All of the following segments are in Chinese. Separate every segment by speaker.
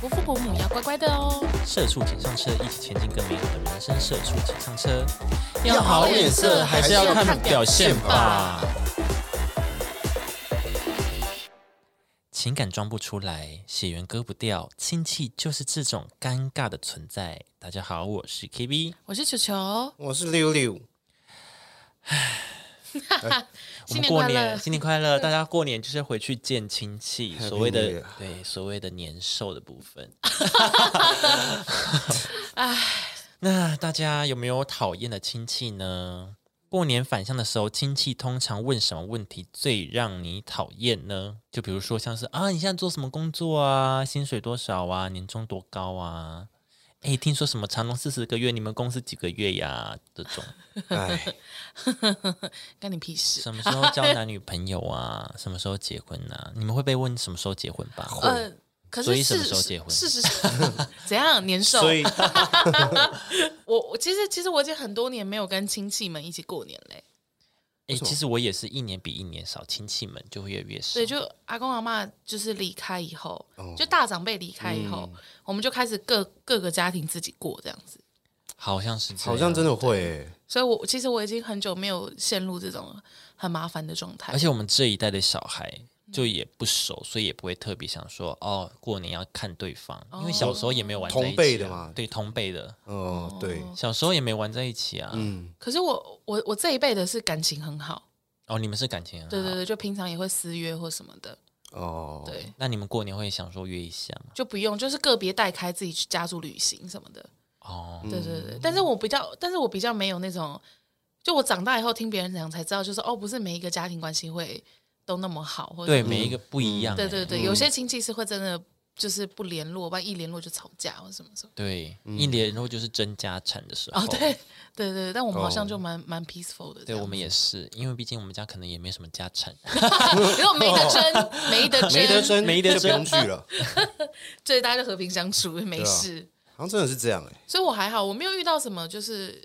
Speaker 1: 伯父伯母要乖乖的哦，
Speaker 2: 社畜请上车，一起前进更美好的人生。社畜请上车，
Speaker 1: 要好脸色还是要看表现吧。
Speaker 2: 情感装不出来，血缘割不掉，亲戚就是这种尴尬的存在。大家好，我是 KB，
Speaker 1: 我是球球，
Speaker 3: 我是六 六，
Speaker 2: 我
Speaker 1: 新
Speaker 2: 们
Speaker 1: 年
Speaker 2: 过
Speaker 1: 快
Speaker 2: 年，
Speaker 1: 乐！
Speaker 2: 新年快乐！大家过年就是回去见亲戚，
Speaker 3: Happy
Speaker 2: 所谓的
Speaker 3: New Year
Speaker 2: 对所谓的年兽的部 分。 那大家有没有讨厌的亲戚呢？过年返乡的时候，亲戚通常问什么问题最让你讨厌呢？就比如说像是啊，你现在做什么工作啊？薪水多少啊？年终多高啊？哎，听说什么长隆四十个月，你们公司几个月呀？这种。
Speaker 3: 哎，
Speaker 1: 干你屁事！
Speaker 2: 什么时候交男女朋友啊？什么时候结婚啊？你们会被问什么时候结婚吧？
Speaker 1: 呃，可
Speaker 2: 所
Speaker 1: 是
Speaker 2: 以什
Speaker 1: 事
Speaker 2: 么时候结婚
Speaker 1: 事实是 怎样年兽？
Speaker 3: 所以
Speaker 1: 我我其实其实我已经很多年没有跟亲戚们一起过年嘞，
Speaker 2: 哎、其实我也是一年比一年少，亲戚们就会越来越少
Speaker 1: 所以。就阿公阿嬷就是离开以后，
Speaker 3: 哦
Speaker 1: 就大长辈离开以后，我们就开始各各个家庭自己过这样子。
Speaker 2: 好像是这样，
Speaker 3: 好像真的会欸，
Speaker 1: 所以我其实我已经很久没有陷入这种很麻烦的状态
Speaker 2: 而。且我们这一代的小孩
Speaker 1: 嗯
Speaker 2: 就也不熟，所以也不会特别想说哦，过年要看对方，因为小时候也没有
Speaker 1: 哦
Speaker 2: 玩在一起啊、
Speaker 3: 同辈的嘛
Speaker 2: 对，啊同辈的，
Speaker 3: 哦，对，
Speaker 2: 小时候也没玩在一起啊。
Speaker 3: 嗯，
Speaker 1: 可是我我我这一辈的是感情很好，
Speaker 2: 哦，你们是感情很好，
Speaker 1: 对对对，就平常也会私约或什么的，
Speaker 3: 哦，
Speaker 1: 对，
Speaker 2: 那你们过年会想说约一下吗？
Speaker 1: 就不用就是个别带开自己去家族旅行什么的，
Speaker 2: 哦，
Speaker 1: 对对对。但是我比较，但是我比较没有那种，就我长大以后听别人讲才知道，就是哦，不是每一个家庭关系会都那么好，或者
Speaker 2: 对，
Speaker 1: 什么
Speaker 2: 每一个不一样欸、
Speaker 1: 嗯对对对，有些亲戚是会真的就是不联络，不然一联络就吵架或什么什么。
Speaker 2: 对，一年后就是争家产的时候。
Speaker 1: 嗯哦，对对对，但我们好像就蛮蛮 peaceful 的这
Speaker 2: 对，
Speaker 1: 样。
Speaker 2: 我 们也是，因为毕竟我们家可能也没什么家产，
Speaker 1: 如果没得争，没得争，
Speaker 3: 没得争，
Speaker 2: 没得
Speaker 3: 就不
Speaker 2: 争
Speaker 3: 用去了，
Speaker 1: 所以大家就和平相处，没
Speaker 3: 啊
Speaker 1: 事。
Speaker 3: 好像真的是这样哎，
Speaker 1: 所以我还好，我没有遇到什么就是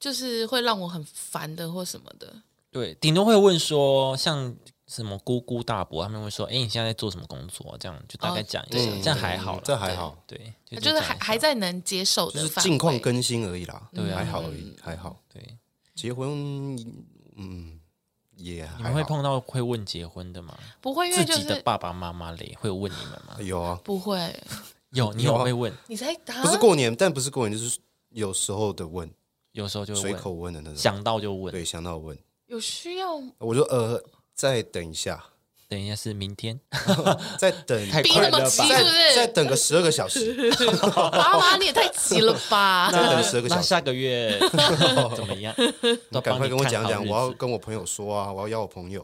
Speaker 1: 就是会让我很烦的或什么的。
Speaker 2: 对，顶多会问说，像什么姑姑、大伯，他们会说，哎，你现在在做什么工作啊？这样就大概
Speaker 1: 哦
Speaker 2: 讲一下，
Speaker 1: 对
Speaker 2: 这样还好啦，
Speaker 3: 嗯这还好，
Speaker 2: 对，就
Speaker 1: 就是还还
Speaker 2: 在
Speaker 1: 在能接受的
Speaker 3: 就是
Speaker 1: 范围，
Speaker 3: 近况更新而已啦，
Speaker 2: 对啊
Speaker 3: 还好而已，还好，
Speaker 2: 对。
Speaker 3: 结婚，嗯，也
Speaker 2: 你
Speaker 3: 还
Speaker 2: 们会
Speaker 3: 好，
Speaker 2: 碰到会问结婚的吗？
Speaker 1: 不会，因为
Speaker 2: 自
Speaker 1: 就
Speaker 2: 己的
Speaker 1: 是
Speaker 2: 爸爸妈妈嘞，会问你们吗？
Speaker 3: 有啊，
Speaker 1: 不会，
Speaker 2: 有，你
Speaker 3: 有
Speaker 2: 有
Speaker 3: 啊
Speaker 2: 会问，
Speaker 1: 你才
Speaker 3: 不是过年，但不是过年，就是有时候的问，
Speaker 2: 有时候就会
Speaker 3: 随
Speaker 2: 问，
Speaker 3: 口问的那种，
Speaker 2: 想到就问。
Speaker 3: 对，想到问，
Speaker 1: 有需要
Speaker 3: 我说呃，再等一下，
Speaker 2: 等一下是明天，
Speaker 3: 再等，
Speaker 2: 太
Speaker 1: 逼
Speaker 2: 快
Speaker 1: 那
Speaker 2: 了
Speaker 1: 么
Speaker 2: 吧
Speaker 1: 急，是不
Speaker 3: 再再
Speaker 1: 是？
Speaker 3: 等个十二个小时，
Speaker 1: 妈妈，你也太急了 吧！
Speaker 3: 再等十二个
Speaker 2: 那
Speaker 3: 小时。
Speaker 2: 下个月 怎么样？都
Speaker 3: 赶
Speaker 2: 帮
Speaker 3: 快
Speaker 2: 你
Speaker 3: 跟我
Speaker 2: 看
Speaker 3: 讲
Speaker 2: 好
Speaker 3: 讲，
Speaker 2: 日
Speaker 3: 我要
Speaker 2: 子
Speaker 3: 跟我朋友说啊，我要邀我朋 友，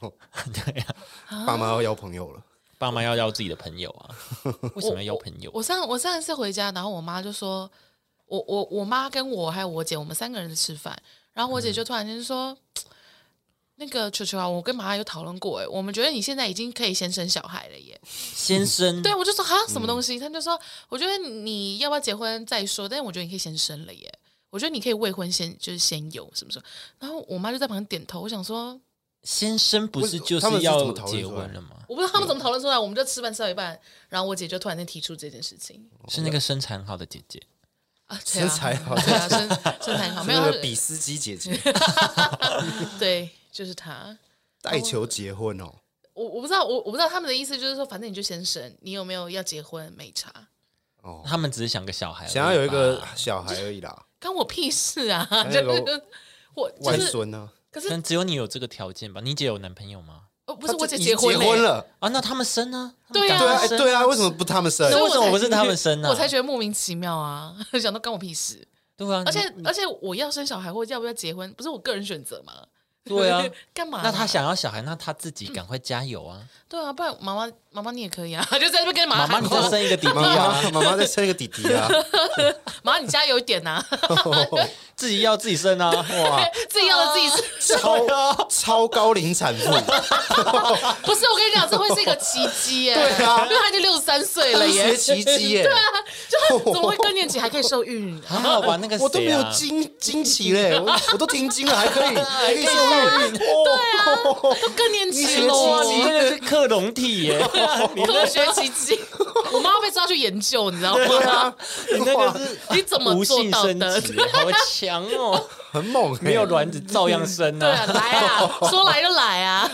Speaker 3: 啊
Speaker 2: 对呀，
Speaker 1: 啊
Speaker 3: 爸妈要邀朋友了。
Speaker 2: 爸妈要要自己的朋友啊，为什么要朋友？
Speaker 1: 我上我上一次回家，然后我妈就说，我我我妈跟我还有我姐，我们三个人吃饭，然后我姐就突然间说，那个球球啊，我跟妈妈有讨论过，哎，我们觉得你现在已经可以先生小孩了耶。
Speaker 2: 先生，
Speaker 3: 嗯
Speaker 1: 对，我就说哈什么东西，他就说，我觉得你要不要结婚再说，但是我觉得你可以先生了耶。我觉得你可以未婚先就是先有什么什么，然后我妈就在旁边点头，我想说，
Speaker 2: 先生不是就
Speaker 3: 他们是怎
Speaker 2: 要
Speaker 3: 么讨论
Speaker 2: 结
Speaker 3: 出来
Speaker 2: 婚了吗？
Speaker 1: 我不知道他们怎么讨论出来，我们就吃饭吃到一半，然后我姐就突然间提出这件事情
Speaker 2: 是那个生产好的姐姐，
Speaker 1: 啊，对啊
Speaker 3: 身材好
Speaker 1: 对啊，身身材 好，没有
Speaker 3: 那
Speaker 1: 她
Speaker 3: 个
Speaker 1: 是
Speaker 3: 比斯基姐姐
Speaker 1: 对，就是他。
Speaker 3: 带球结婚哦，
Speaker 1: 我我不知道，我我不知道他们的意思就是说，反正你就先生，你有没有要结婚没差，
Speaker 3: 哦，
Speaker 2: 他们只是想个小孩而已吧，
Speaker 3: 想要有一
Speaker 1: 哎
Speaker 3: 个小孩而已啦，
Speaker 1: 关我屁事啊！
Speaker 3: 那
Speaker 1: 就
Speaker 3: 个
Speaker 1: 是我就
Speaker 3: 外
Speaker 1: 是，
Speaker 3: 孙啊呢？
Speaker 1: 可是
Speaker 2: 但只有你有这个条件吧？你姐有男朋友吗？
Speaker 1: 哦不是
Speaker 3: 他
Speaker 1: 我
Speaker 3: 就
Speaker 1: 姐
Speaker 3: 已
Speaker 1: 结
Speaker 3: 经
Speaker 1: 婚
Speaker 3: 结婚
Speaker 1: 了，
Speaker 3: 了，
Speaker 2: 啊，那他们生啊？
Speaker 1: 对啊
Speaker 2: 呀，
Speaker 3: 对啊，哎
Speaker 2: 生
Speaker 3: 对啊，为什么不他们生？
Speaker 1: 所以
Speaker 2: 为
Speaker 1: 我
Speaker 2: 什么
Speaker 1: 才
Speaker 2: 不是他们生呢？啊
Speaker 1: 我才觉得莫名其妙啊！ 想到关我屁事，
Speaker 2: 对啊，
Speaker 1: 而且
Speaker 2: 你
Speaker 1: 而且我要生小孩或要不要结婚，不是我个人选择嘛？
Speaker 2: 对啊，
Speaker 1: 干嘛？
Speaker 2: 那他想要小孩，那他自己赶快加油啊！
Speaker 1: 对啊，不然妈妈妈妈你也可以啊， 就在那边跟妈
Speaker 2: 妈妈，
Speaker 1: 喊
Speaker 2: 你
Speaker 1: 话
Speaker 2: 再生一个弟弟
Speaker 3: 妈妈
Speaker 2: 啊！
Speaker 3: 妈妈再生一个弟弟啊，
Speaker 1: 妈妈你加油一点呐，
Speaker 2: 自己要自己生啊！哇，
Speaker 1: 自己要的自己 是。 啊
Speaker 3: 超超高龄产 妇，
Speaker 1: 不是，我跟你讲，这会是一个奇迹耶！
Speaker 3: 对啊
Speaker 1: 因为他已经六十三岁了
Speaker 3: 医学
Speaker 1: 耶，啊
Speaker 3: 奇迹耶，
Speaker 1: 就怎么会更年期还可以受 孕？
Speaker 2: 啊，玩那个谁啊
Speaker 3: 我都没有惊惊奇嘞，我我都停经了，还可以还可以
Speaker 1: 啊
Speaker 3: 受孕，对
Speaker 1: 都更年
Speaker 3: 你
Speaker 1: 期
Speaker 3: 学
Speaker 1: 了，
Speaker 2: 哇，
Speaker 3: 奇
Speaker 2: 你
Speaker 1: 你
Speaker 2: 那个是克隆体耶，你
Speaker 1: 科学奇迹，我妈会被抓去研究，你知道吗？
Speaker 3: 啊，
Speaker 2: 你那个是
Speaker 1: 你怎么
Speaker 2: 无
Speaker 1: 做
Speaker 2: 性
Speaker 1: 到
Speaker 2: 生
Speaker 1: 的？
Speaker 2: 殖耶，好强哦！
Speaker 3: 很猛欸，
Speaker 2: 没有卵子照样生
Speaker 1: 对啊，
Speaker 2: 啊！
Speaker 1: 来 啊，说来就来啊，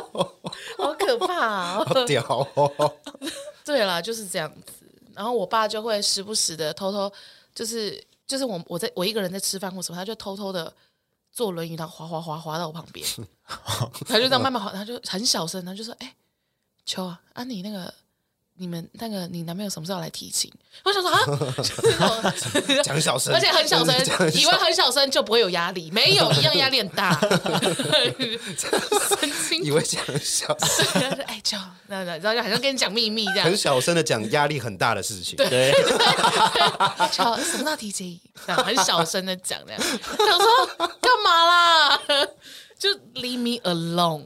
Speaker 1: 好可怕啊！
Speaker 3: 好屌哦，
Speaker 1: 对啦，就是这样子。然后我爸就会时不时的偷偷，就是就是我我在我一个人在吃饭或什么，他就偷偷的坐轮椅，然后滑滑滑滑到我旁 边，他就这样慢慢滑，他就很小声，他就说：“哎、秋啊，啊你那个。”你们那个，你男朋友什么时候要来提亲？我想说啊，就是那 种
Speaker 3: 讲小声，
Speaker 1: 而且很小声
Speaker 3: 真的讲，
Speaker 1: 以为很小声就不会有压力，没有一样压力很大。神经
Speaker 3: 以为讲小，
Speaker 1: 病，哎，就那那，然后就好像跟你讲秘密这样
Speaker 3: 很。小声的讲压力很大的事情，
Speaker 2: 对，
Speaker 1: 就什么叫提琴？这样很小声的讲那样，想说干嘛啦？就 leave me alone。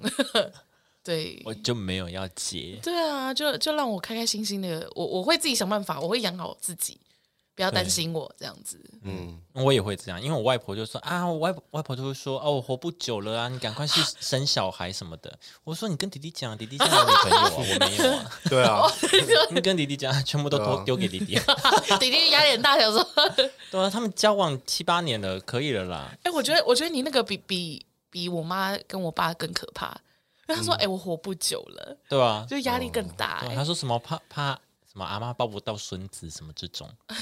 Speaker 1: 对
Speaker 2: 我就没有要结。
Speaker 1: 对啊，就就让我开开心心的，我我会自己想办法，我会养好自己，不要担心我这样子。
Speaker 3: 嗯，
Speaker 2: 我也会这样，因为我外婆就说啊，我外婆外婆就会说哦，我活不久了啊，你赶快去生小孩什么的。我说你跟弟弟讲，弟弟现在有女朋友啊，我没有啊。
Speaker 3: 对啊，
Speaker 2: 你跟弟弟讲，全部都
Speaker 3: 对
Speaker 2: 丢
Speaker 3: 啊
Speaker 2: 丢给弟弟。
Speaker 1: 弟弟压力很大，想说，
Speaker 2: 对啊，他们交往七八年了，可以了啦。
Speaker 1: 哎、我觉得，我觉得你那个比比比我妈跟我爸更可怕。因为他说：“
Speaker 3: 嗯
Speaker 1: 哎、我活不久了，
Speaker 2: 对啊，
Speaker 1: 就压力更大、
Speaker 3: 哦
Speaker 2: 对啊
Speaker 1: 哎
Speaker 2: 他说什么怕怕什么阿妈抱不到孙子什么这种，
Speaker 1: 哦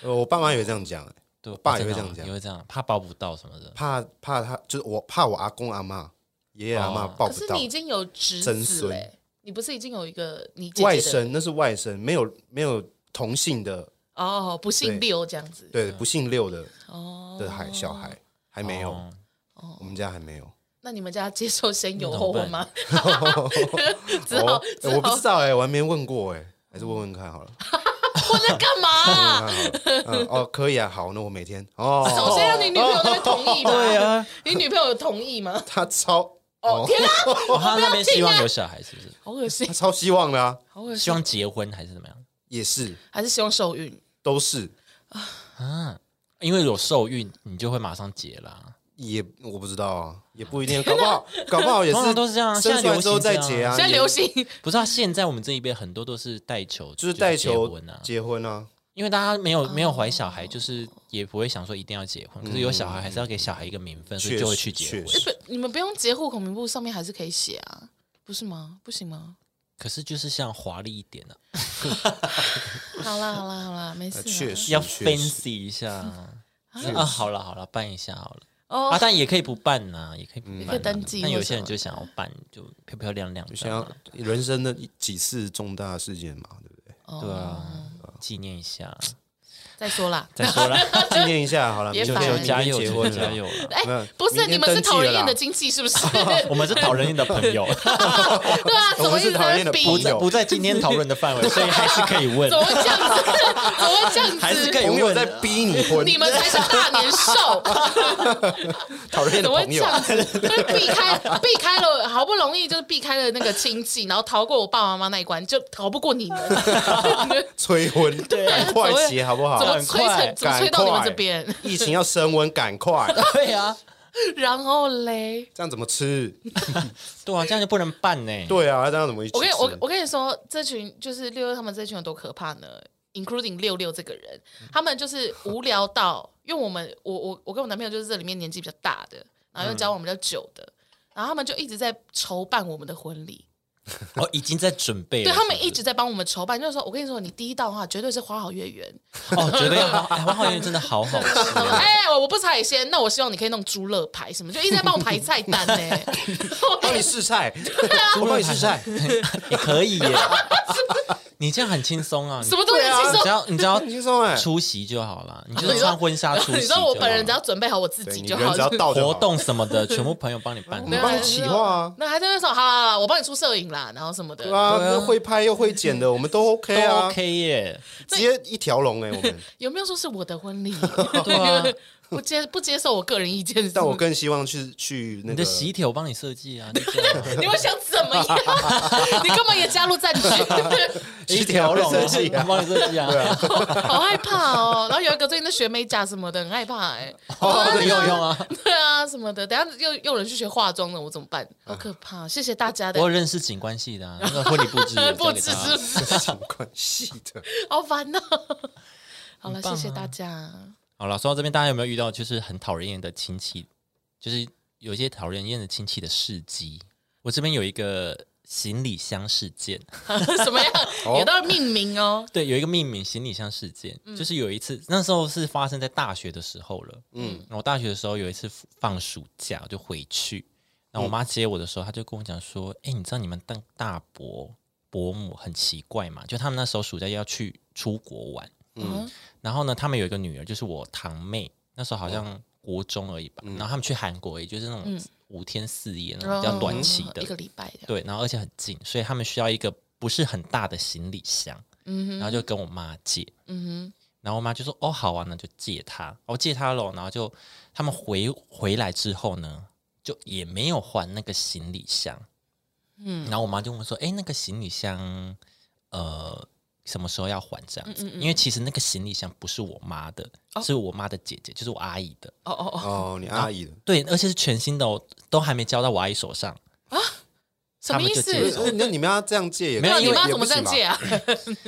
Speaker 3: 呃我爸妈也会这样讲，
Speaker 2: 对，
Speaker 3: 爸
Speaker 2: 哦
Speaker 3: 也会
Speaker 2: 真的
Speaker 3: 这样讲
Speaker 2: 也会这样，怕抱不到什么的。
Speaker 3: 怕怕他就是我怕我阿公阿妈爷爷阿妈
Speaker 2: 哦
Speaker 3: 抱
Speaker 1: 可
Speaker 3: 不
Speaker 1: 是
Speaker 3: 到
Speaker 1: 你已经有侄
Speaker 3: 曾
Speaker 1: 子
Speaker 3: 孙
Speaker 1: 嘞、你不是已经有一个你姐姐的
Speaker 3: 外甥，那是外甥，没有没有同姓的，
Speaker 1: 哦，不姓
Speaker 3: 对
Speaker 1: 六这样子
Speaker 3: 对，不姓六的
Speaker 1: 啊哦。
Speaker 3: 的孩小孩还没有，
Speaker 2: 哦
Speaker 3: 我们家还没有。
Speaker 1: 那你们家接受先有
Speaker 2: 那
Speaker 1: 后
Speaker 2: 怎么
Speaker 1: 婚
Speaker 2: 办
Speaker 1: 吗？只好
Speaker 3: 哦，
Speaker 1: 只
Speaker 3: 呃我不
Speaker 1: 好
Speaker 3: 知道哎，我还没问过哎，还是问问 看好了。
Speaker 1: 干嘛啊、
Speaker 3: 问问看好了嗯哦，可以啊，好，那我每天哦，
Speaker 1: 首先让你女朋友那边同意吧。
Speaker 2: 对啊，
Speaker 1: 你女朋友有同意吗？
Speaker 3: 他超
Speaker 1: 哦，天啊，
Speaker 2: 哦他那边
Speaker 1: 进
Speaker 2: 希望
Speaker 1: 来
Speaker 2: 有小孩是不是？
Speaker 1: 好恶心
Speaker 3: 他，超希望的啊，
Speaker 1: 好恶
Speaker 2: 希
Speaker 1: 心，
Speaker 2: 望结婚还是怎么样
Speaker 3: 也是
Speaker 1: 还是希望受孕。
Speaker 3: 都是
Speaker 2: 啊？因为有受孕，你就会马上结啦。
Speaker 3: 也我不知道啊，也不一定，搞 不好搞不好也
Speaker 2: 通常
Speaker 3: 是
Speaker 2: 都是这样
Speaker 3: 生
Speaker 2: 现在
Speaker 3: 出来
Speaker 2: 流
Speaker 3: 之
Speaker 2: 行
Speaker 3: 后
Speaker 2: 这
Speaker 3: 再
Speaker 2: 样
Speaker 3: 结啊，
Speaker 1: 现在
Speaker 3: 也
Speaker 1: 流行 哎
Speaker 2: 不是啊，现在我们这一辈很多都是带球，
Speaker 3: 就是带
Speaker 2: 结
Speaker 3: 球哦
Speaker 2: 婚啊，
Speaker 3: 结婚啊，
Speaker 2: 因为大家没有没有怀小孩，就是也不会想说一定要结婚，可是有小孩还是要给小孩一个名分，所以
Speaker 3: 确
Speaker 2: 就会
Speaker 3: 实
Speaker 2: 去结
Speaker 3: 确
Speaker 2: 婚。
Speaker 1: 哎
Speaker 3: 实
Speaker 1: 不，你们不用截户口名簿，上面还是可以写啊，不是吗？不行吗？
Speaker 2: 可是就是像华丽一点啊，
Speaker 1: 好啦，好啦，好啦，没事啦。
Speaker 3: 呃确实嗯
Speaker 2: 要
Speaker 3: 确实
Speaker 2: fancy 一下啊。啊好了好了，办一下好了。啊
Speaker 1: 哦，，
Speaker 2: 但也可以不办呐、也可以不办、啊，
Speaker 1: 也可以登记
Speaker 2: 但
Speaker 1: 或
Speaker 2: 有
Speaker 1: 什
Speaker 2: 些人
Speaker 1: 么
Speaker 2: 就想要办，就漂漂亮亮
Speaker 3: 就
Speaker 2: 的、
Speaker 3: 像
Speaker 2: 啊，
Speaker 3: 人生的几次重大事件嘛，对不对？
Speaker 2: 对啊，纪念一下。
Speaker 1: 哦再说啦。
Speaker 2: 再说 了，
Speaker 3: 纪念一下好了，
Speaker 1: 也
Speaker 3: 明
Speaker 1: 烦
Speaker 2: 就
Speaker 3: 天
Speaker 2: 加油，
Speaker 3: 结
Speaker 2: 就
Speaker 3: 婚
Speaker 2: 加
Speaker 3: 了，
Speaker 2: 油了。
Speaker 1: 哎、
Speaker 3: 那
Speaker 1: 不是，
Speaker 3: 明天
Speaker 1: 你们是
Speaker 3: 登记
Speaker 1: 讨人
Speaker 3: 了啦
Speaker 1: 厌的亲戚是 不是？
Speaker 2: 我们是讨人厌的朋友，
Speaker 1: 对啊，怎么
Speaker 3: 我们
Speaker 1: 一
Speaker 3: 是
Speaker 1: 直
Speaker 3: 讨
Speaker 1: 在
Speaker 3: 厌
Speaker 1: 那
Speaker 3: 的
Speaker 1: 比？
Speaker 2: 不
Speaker 3: 朋
Speaker 2: 在
Speaker 3: 友
Speaker 2: 不在今天讨论的范围，所以还是可以问
Speaker 1: 怎，么会这样子？怎么会这样子？
Speaker 2: 还是可以
Speaker 3: 朋友
Speaker 2: 问
Speaker 3: 在
Speaker 2: 的。
Speaker 3: 逼你 婚，
Speaker 1: 你们才是大年 兽，
Speaker 3: 讨人
Speaker 1: 怎
Speaker 3: 厌的
Speaker 1: 么会
Speaker 3: 朋
Speaker 1: 这
Speaker 3: 友，
Speaker 1: 样子？就是避开避开了，好不容易就是避开了那个亲戚，然后逃过我爸爸妈妈那一关，就逃不过你 们，
Speaker 3: 催 婚，赶快结好不
Speaker 1: 啊怎
Speaker 3: 好
Speaker 1: 么？催成怎么催到你们这边？
Speaker 3: 疫情要升温，赶快，
Speaker 2: 对啊，
Speaker 1: 然后嘞，
Speaker 3: 这样怎么吃？
Speaker 2: 对啊，这样就不能办呢。
Speaker 3: 对啊，这样怎么一起吃？
Speaker 1: 我跟你我我跟你说，这群就是六六他们这群有多可怕呢？including 六六这个人，他们就是无聊到，因为我们我我我跟我男朋友就是这里面年纪比较大的，然后又交往比较久的，然后他们就一直在筹办我们的婚礼，
Speaker 2: 哦，已经在准备了。
Speaker 1: 对他们
Speaker 2: 是不是
Speaker 1: 一直在帮我们筹办，就是说我跟你说，你第一道的话绝对是花好月圆，
Speaker 2: 哦，觉得要哎，花好园真的好好吃
Speaker 1: 他们哎、我我不吃海鲜，那我希望你可以弄猪肋排什么，就一直在帮我排菜单呢、
Speaker 3: 帮你试菜，
Speaker 1: 啊
Speaker 3: 我帮你试菜，
Speaker 2: 也哎可以耶。你这样很轻松啊，
Speaker 1: 什么东西
Speaker 3: 对啊
Speaker 1: 其
Speaker 2: 你
Speaker 1: 实
Speaker 2: 只要你只要
Speaker 3: 很 轻松哎。
Speaker 2: 出席就好了，你就
Speaker 1: 你
Speaker 2: 是
Speaker 1: 说
Speaker 2: 穿婚纱出席。
Speaker 1: 你知道我本人只要准备好我自
Speaker 3: 对
Speaker 1: 己
Speaker 3: 你
Speaker 1: 就
Speaker 3: 人
Speaker 1: 好，
Speaker 3: 只要到就好
Speaker 2: 活，动什么的，全部朋友帮你办。
Speaker 3: 你帮你企划啊。
Speaker 1: 那还在那说，好啦好啦，我帮你出摄影啦，然后什么的。
Speaker 3: 对啊，又会拍又会剪的，我们都 OK
Speaker 2: 都
Speaker 3: 啊，
Speaker 2: OK 耶，
Speaker 3: 直接一条龙哎，我们
Speaker 1: 有没有说是我的婚礼？
Speaker 2: 对啊，
Speaker 1: 不接不接受我个人意见是
Speaker 3: 但我更希望去去那
Speaker 2: 你
Speaker 3: 个
Speaker 2: 的喜帖我帮你设计啊，你这样
Speaker 1: 你们想怎么样？你根本也加入战局，
Speaker 3: 喜帖我会设计啊
Speaker 2: 我帮你设计啊，
Speaker 1: 好害怕哦。然后有一个最近的学美甲什么的，很害怕哎、
Speaker 3: 哦
Speaker 2: 你有用啊。
Speaker 1: 对啊，什么的，等下又又有人去学化妆了，我怎么办？好可怕！谢谢大家
Speaker 2: 我
Speaker 1: 的
Speaker 2: 有认识景观系的啊，那个婚礼布置有
Speaker 1: 布
Speaker 2: 交给
Speaker 1: 置，
Speaker 2: 他
Speaker 1: 是不是？
Speaker 3: 什么关系的？
Speaker 1: 好烦呐、好了，
Speaker 2: 很棒
Speaker 1: 谢
Speaker 2: 啊
Speaker 1: 谢大家。
Speaker 2: 好了，说到这边，大家有没有遇到就是很讨人厌的亲戚？就是有一些讨人厌的亲戚的事迹。我这边有一个行李箱事件，
Speaker 1: 什么样？
Speaker 3: 哦
Speaker 1: 也都是命名哦。
Speaker 2: 对，有一个命名行李箱事件，就是有一次那时候是发生在大学的时候了。嗯，我大学的时候有一次放暑假就回去，然后我妈接我的时候，她就跟我讲说：“哎、你知道你们大大伯伯母很奇怪嘛？就他们那时候暑假要去出国玩，
Speaker 1: 嗯，
Speaker 2: 然后呢，他们有一个女儿，就是我堂妹，那时候好像国中而已吧。然后他们去韩国，也就是那种五天四夜那种比较短期
Speaker 1: 嗯哦
Speaker 2: 的，
Speaker 1: 一个礼拜的。
Speaker 2: 对，然后而且很近，所以他们需要一个不是很大的行李箱，
Speaker 1: 嗯
Speaker 2: 然后就跟我妈借，
Speaker 1: 嗯
Speaker 2: 然后我妈就说：“哦，好啊，那就借她。”我借她了，然后就他们回回来之后呢，就也没有还那个行李箱。嗯，然后我妈就问说：“哎，那个行李箱，呃，什么时候要还？”这样子，因为其实那个行李箱不是我妈的，是我妈的姐姐，就是我阿姨的。
Speaker 1: 哼，哦哦哦，
Speaker 3: 哦，你阿姨的，
Speaker 2: 对，而且是全新的、哦，都还没交到我阿姨手上。
Speaker 1: 什么意
Speaker 2: 他们就
Speaker 1: 思
Speaker 2: 接？受
Speaker 3: 那那你们要这样借也
Speaker 2: 没有
Speaker 1: 那
Speaker 2: 因
Speaker 1: 你
Speaker 2: 为
Speaker 1: 妈怎么这样借？啊？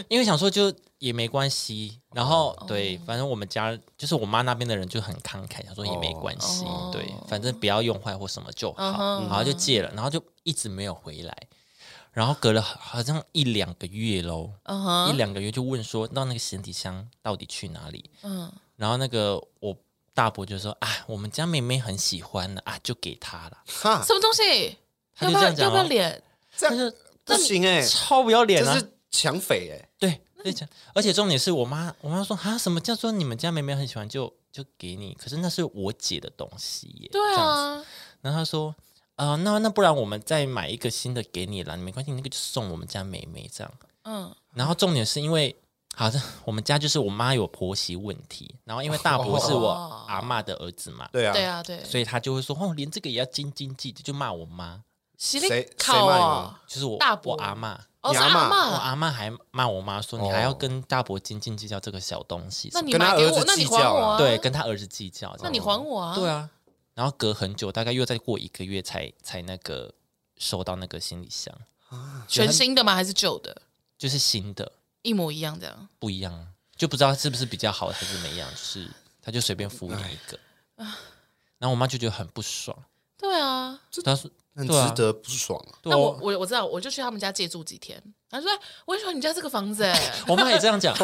Speaker 2: 因为想说就也没关系，然后
Speaker 1: 哦
Speaker 2: 对，反正我们家就是我妈那边的人就很慷慨，想说也没关系
Speaker 1: 哦，
Speaker 2: 对，反正不要用坏或什么就
Speaker 1: 嗯
Speaker 2: 好，
Speaker 1: 哼
Speaker 2: 然后就借了，然后就一直没有回来，然后隔了好像一两个月喽，
Speaker 1: 嗯
Speaker 2: 一
Speaker 1: 哼，
Speaker 2: 两个月就问说，那那个行李箱到底去哪里？
Speaker 1: 嗯，
Speaker 2: 然后那个我大伯就说啊，我们家妹妹很喜欢的啊，就给她了，
Speaker 3: 哈，
Speaker 1: 什么东西？
Speaker 2: 他
Speaker 1: 要
Speaker 2: 就
Speaker 1: 不要
Speaker 2: 这样讲
Speaker 1: 要
Speaker 2: 哦
Speaker 1: 不要脸？
Speaker 3: 这样不行哎，
Speaker 2: 超不要脸
Speaker 3: 这
Speaker 2: 啊！
Speaker 3: 是抢匪哎。
Speaker 2: 对，那讲，而且重点是我妈，我妈说啊，什么叫做你们家妹妹很喜欢就就给你，可是那是我姐的东西耶，
Speaker 1: 对
Speaker 2: 这样子。
Speaker 1: 啊，
Speaker 2: 然后她说，呃，那那不然我们再买一个新的给你啦，你没关系，那个就送我们家妹妹这样。
Speaker 1: 嗯，
Speaker 2: 然后重点是因为，好像我们家就是我妈有婆媳问题，然后因为大伯是我
Speaker 1: 哦
Speaker 2: 阿嬷的儿子嘛，
Speaker 3: 对啊，
Speaker 1: 对，啊，对，
Speaker 2: 所以她就会说，哦，连这个也要斤斤计较，就骂我妈，
Speaker 1: 喜力
Speaker 3: 谁
Speaker 1: 考
Speaker 3: 谁骂你
Speaker 1: 哦
Speaker 3: 吗，
Speaker 2: 就是我
Speaker 1: 大伯
Speaker 2: 我阿嬷。
Speaker 1: 哦
Speaker 3: 你
Speaker 1: 是
Speaker 3: 阿嬷
Speaker 1: 阿
Speaker 2: 我
Speaker 1: 嬷，
Speaker 2: 阿妈还骂我妈说：“你还要
Speaker 3: 哦
Speaker 2: 跟大伯斤斤计较这个小东西什
Speaker 1: 那
Speaker 2: 么
Speaker 1: 你
Speaker 2: 的。”
Speaker 3: 跟他
Speaker 1: 买给
Speaker 3: 儿子
Speaker 1: 我，那你
Speaker 3: 计
Speaker 1: 还
Speaker 3: 较
Speaker 1: 我
Speaker 3: 啦
Speaker 1: 啊？
Speaker 2: 对，，跟他儿子计较。
Speaker 1: 那你还我啊？
Speaker 2: 对，啊，然后隔很久，大概又再过一个月才才那个收到那个行李箱，
Speaker 1: 全新的吗？还是旧的？
Speaker 2: 就是新的，
Speaker 1: 一模一样这样。
Speaker 2: 不一样啊，就不知道是不是比较好还是怎么样，就是他就随便付你一个。然后我妈就觉得很不爽，
Speaker 1: 对啊，
Speaker 2: 她说
Speaker 3: 很
Speaker 2: 对啊
Speaker 3: 值得不爽啊。
Speaker 2: 对哦
Speaker 1: 那我
Speaker 2: 我
Speaker 1: 我我知道，我就去他们家借住几天。他说哎：“我很喜欢你家这个房子，哎，
Speaker 2: 我妈也这 样讲，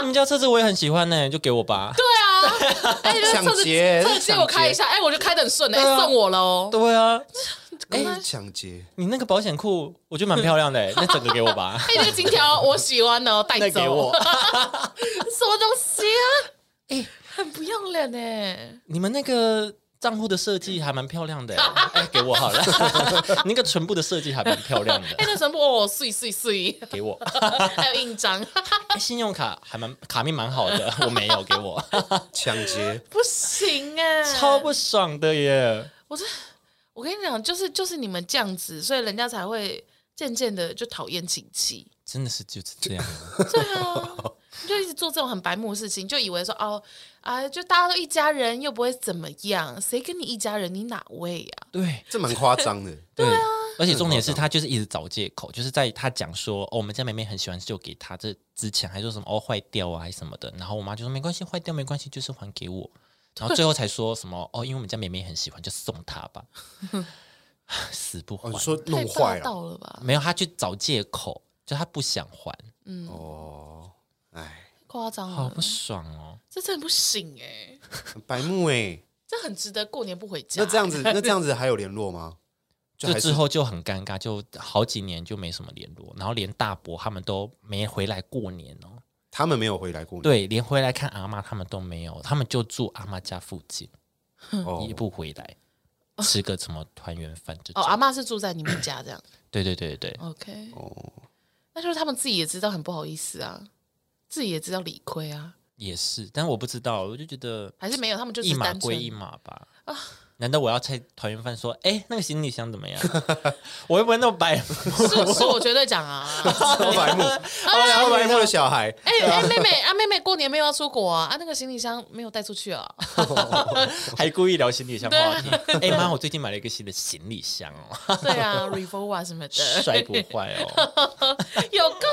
Speaker 2: 你们家车子我也很喜欢呢，就给我吧。
Speaker 1: 对啊，哎，你这个车
Speaker 3: 抢
Speaker 1: 子
Speaker 3: 劫
Speaker 1: 车子借我开一下，哎，我就开的很顺，哎，送我喽。
Speaker 2: 对啊，
Speaker 1: 哎，
Speaker 3: 哎，抢劫，
Speaker 2: 你那个保险裤我觉得蛮漂亮的，欸那整个给我吧。
Speaker 1: 哎，这个金条我喜欢的哦，带
Speaker 2: 那
Speaker 1: 走。
Speaker 2: 给我，
Speaker 1: 什么东西啊？ 哎，很不要脸哎。
Speaker 2: 你们那个账户的设计还蛮漂亮 的，哎，给我好了。 你那个唇部的设计还蛮漂亮
Speaker 1: 哎，
Speaker 2: 的，
Speaker 1: 那全部哦，碎碎碎，
Speaker 2: 给我。
Speaker 1: 还有印章，
Speaker 2: 哎信用卡还蛮卡面蛮好 的，我没有给我，
Speaker 3: 抢劫，
Speaker 1: 不行哎，
Speaker 2: 超不爽的耶。
Speaker 1: 我这，我跟你讲，就是就是你们这样子，所以人家才会渐渐的就讨厌亲 戚。
Speaker 2: 真的是就是这样，
Speaker 1: 对啊，你就一直做这种很白目的事情，就以为说哦啊，就大家都一家人，又不会怎么样，谁跟你一家人？你哪位啊呀、
Speaker 2: 对
Speaker 3: 这蛮夸张的。
Speaker 2: 对。啊而且重点是他就是一直找借口，就是在他讲说哦，我们家妹妹很喜欢，就给他这之前还说什么哦坏掉啊还什么的，然后我妈就说没关系，坏掉没关系，就是还给我，然后最后才说什么哦，因为我们家妹妹很喜欢，就送她吧， 死不还
Speaker 3: 哦，你。说
Speaker 1: 太
Speaker 3: 弄
Speaker 1: 霸
Speaker 3: 坏了
Speaker 1: 道了吧？
Speaker 2: 没有，他去找借口，就他不想还，
Speaker 3: 哦，哎，
Speaker 1: 夸张
Speaker 2: 好
Speaker 1: 了
Speaker 2: 不，爽哦。
Speaker 1: 这真的不行哎、
Speaker 3: 很白目哎。
Speaker 1: 这很值得过年不回家。
Speaker 3: 那这样子，那这样子还有联络吗？
Speaker 2: 就
Speaker 3: 还是
Speaker 2: 之后就很尴尬，就好几年就没什么联络，然后连大伯他们都没回来过年哦。
Speaker 3: 他们没有回来过年，
Speaker 2: 对，连回来看阿妈他们都没有，他们就住阿妈家附近，
Speaker 3: 哦
Speaker 2: 也，不回来，吃个什么团圆饭这
Speaker 1: 哦，
Speaker 2: 种。
Speaker 1: 阿妈是住在你们家 这样
Speaker 2: 对对对对对，
Speaker 1: ，OK？
Speaker 3: 哦，
Speaker 1: 那就是他们自己也知道很不好意思啊，自己也知道理亏啊。
Speaker 2: 也是，但我不知道，我就觉得
Speaker 1: 还是没有，他们就只
Speaker 2: 一
Speaker 1: 是
Speaker 2: 码
Speaker 1: 单
Speaker 2: 归
Speaker 1: 纯
Speaker 2: 一码吧。难道我要拆团圆饭说，哎、那个行李箱怎么样？ 我又不会那么白目，
Speaker 1: 是是我绝对讲啊！
Speaker 3: 超白目，超白目的小孩，
Speaker 1: 哎哎，妹妹啊，妹妹过年没有要出国啊，啊，那个行李箱没有带出去啊。
Speaker 2: 还故意聊行李箱话题。 哎妈、我最近买了一个新的行李箱 哦，
Speaker 1: 对啊 r e v o a 什么的，
Speaker 2: 摔不坏哦。
Speaker 1: 有个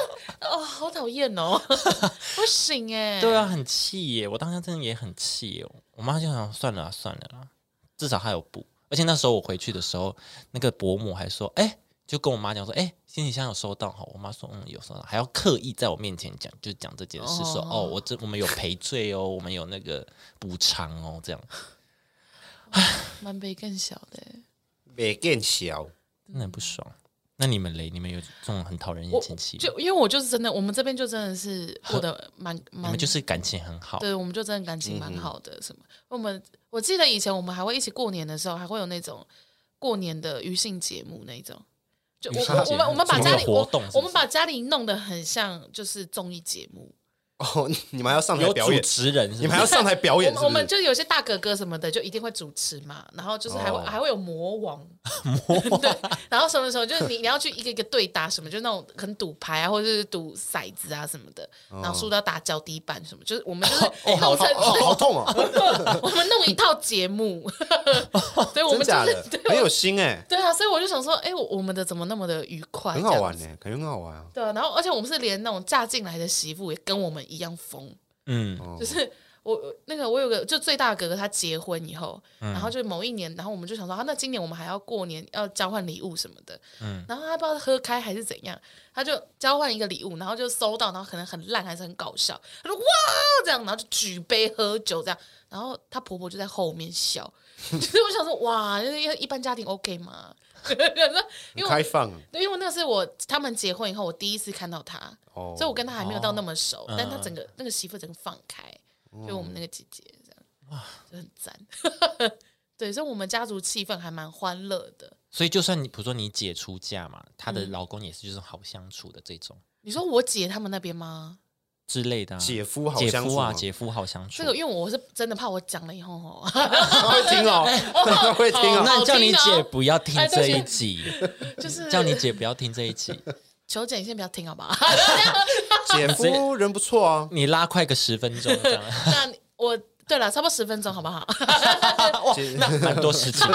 Speaker 1: 哦，好讨厌哦， 不行 哎。
Speaker 2: 对啊，很气耶！我当下真的也很气耶。我妈就想算了啦，啊算了啦，至少还有补。而且那时候我回去的时候，那个伯母还说，哎、就跟我妈讲说，哎、行李箱有收到哈。我妈说，嗯，有收到，还要刻意在我面前讲，就讲这件事，说，
Speaker 1: 哦
Speaker 2: 哦，我这我们有赔罪哦，我们有那个补偿哦，这样
Speaker 1: 嗯蛮杯更小的欸。
Speaker 3: 没更小，
Speaker 2: 真的很不爽。那你们嘞？你们有这种很讨人厌
Speaker 1: 我
Speaker 2: 的亲戚吗？
Speaker 1: 就因为我就是真的，我们这边就真的是过得蛮
Speaker 2: 你
Speaker 1: 蛮
Speaker 2: 们，就是感情很好，
Speaker 1: 对，我们就真的感情蛮好的。什么？我们我记得以前我们还会一起过年的时候，还会有那种过年的余兴节目那一种。就我
Speaker 2: 余兴节
Speaker 1: 我
Speaker 2: 目
Speaker 1: 我们我们把
Speaker 2: 什么
Speaker 1: 家里
Speaker 2: 活动
Speaker 1: 我
Speaker 2: 是不是
Speaker 1: 我们把家里弄得很像就是综艺节目，
Speaker 3: 哦，你们还要上台
Speaker 2: 有
Speaker 3: 表
Speaker 2: 主
Speaker 3: 演，
Speaker 2: 持人是不是，
Speaker 3: 你们还要上台表
Speaker 1: 我
Speaker 3: 演
Speaker 1: 们
Speaker 3: 是
Speaker 1: 我
Speaker 3: 不
Speaker 1: 们
Speaker 3: 是？
Speaker 1: 就有些大哥哥什么的，就一定会主持嘛，然后就是还会、
Speaker 3: 哦
Speaker 1: 还会有魔王，魔对，然后什么时候就是你你要去一个一个对打什么，就那种很赌牌啊，或者是赌骰子啊什么的，然后输到打脚底板什么，就是我们就是弄成、
Speaker 3: 哦，好痛哦，
Speaker 1: 我们弄一套节目，对， 我
Speaker 3: 真
Speaker 1: 们就
Speaker 3: 假
Speaker 1: 是
Speaker 3: 的，很有心 哎，
Speaker 1: 对啊，所以我就想说，哎，我我们的怎么那么的愉快，
Speaker 3: 很好玩
Speaker 1: 这样子
Speaker 3: 哎，感觉很好玩啊。
Speaker 1: 对啊，然后而且我们是连那种嫁进来的媳妇也跟我们一样疯，
Speaker 2: 嗯，
Speaker 1: 就是我我那个我有个就最大的哥哥，他结婚以后，然后就某一年，然后我们就想说，啊，那今年我们还要过年要交换礼物什么的，然后他不知道喝开还是怎样，他就交换一个礼物，然后就收到，然后可能很烂还是很搞笑，他说哇哦这样，然后就举杯喝酒这样，然后她婆婆就在后面笑，就是我想说哇，因为一般家庭 OK 吗？因为
Speaker 3: 很
Speaker 1: 我
Speaker 3: 开放啊
Speaker 1: 对，因为那是我他们结婚以后，我第一次看到他，
Speaker 3: 哦，
Speaker 1: 所以我跟他还没有到那么熟，但他整个那个媳妇整个放开，就我们那个姐姐这样，就很赞。 对，所以我们家族气氛还蛮欢乐的。
Speaker 2: 所以就算你比如说你姐出嫁嘛，她的老公也是就是好相处的这种
Speaker 1: 你说我姐他们那边吗？
Speaker 2: 之类的、啊。
Speaker 3: 姐夫好
Speaker 2: 姐
Speaker 3: 相
Speaker 2: 夫
Speaker 3: 处
Speaker 2: 啊，
Speaker 3: 吗
Speaker 2: 姐夫好相处。
Speaker 1: 这个因为我是真的怕我讲了以后哦，
Speaker 3: 他会听哦， 他会听
Speaker 1: 好
Speaker 3: 哦，
Speaker 2: 那叫你
Speaker 1: 好听
Speaker 2: 姐
Speaker 1: 哦
Speaker 2: 不要听
Speaker 1: 哎对不
Speaker 2: 这
Speaker 1: 起
Speaker 2: 一集，
Speaker 1: 就是
Speaker 2: 啊叫你姐不要听这一集，
Speaker 1: 求姐，你先不要听好不好？
Speaker 3: 姐夫人不错啊，
Speaker 2: 你拉快个十分钟这 样，
Speaker 1: 那你我对了，差不多十分钟好不好？
Speaker 3: 姐
Speaker 2: 蛮多事情。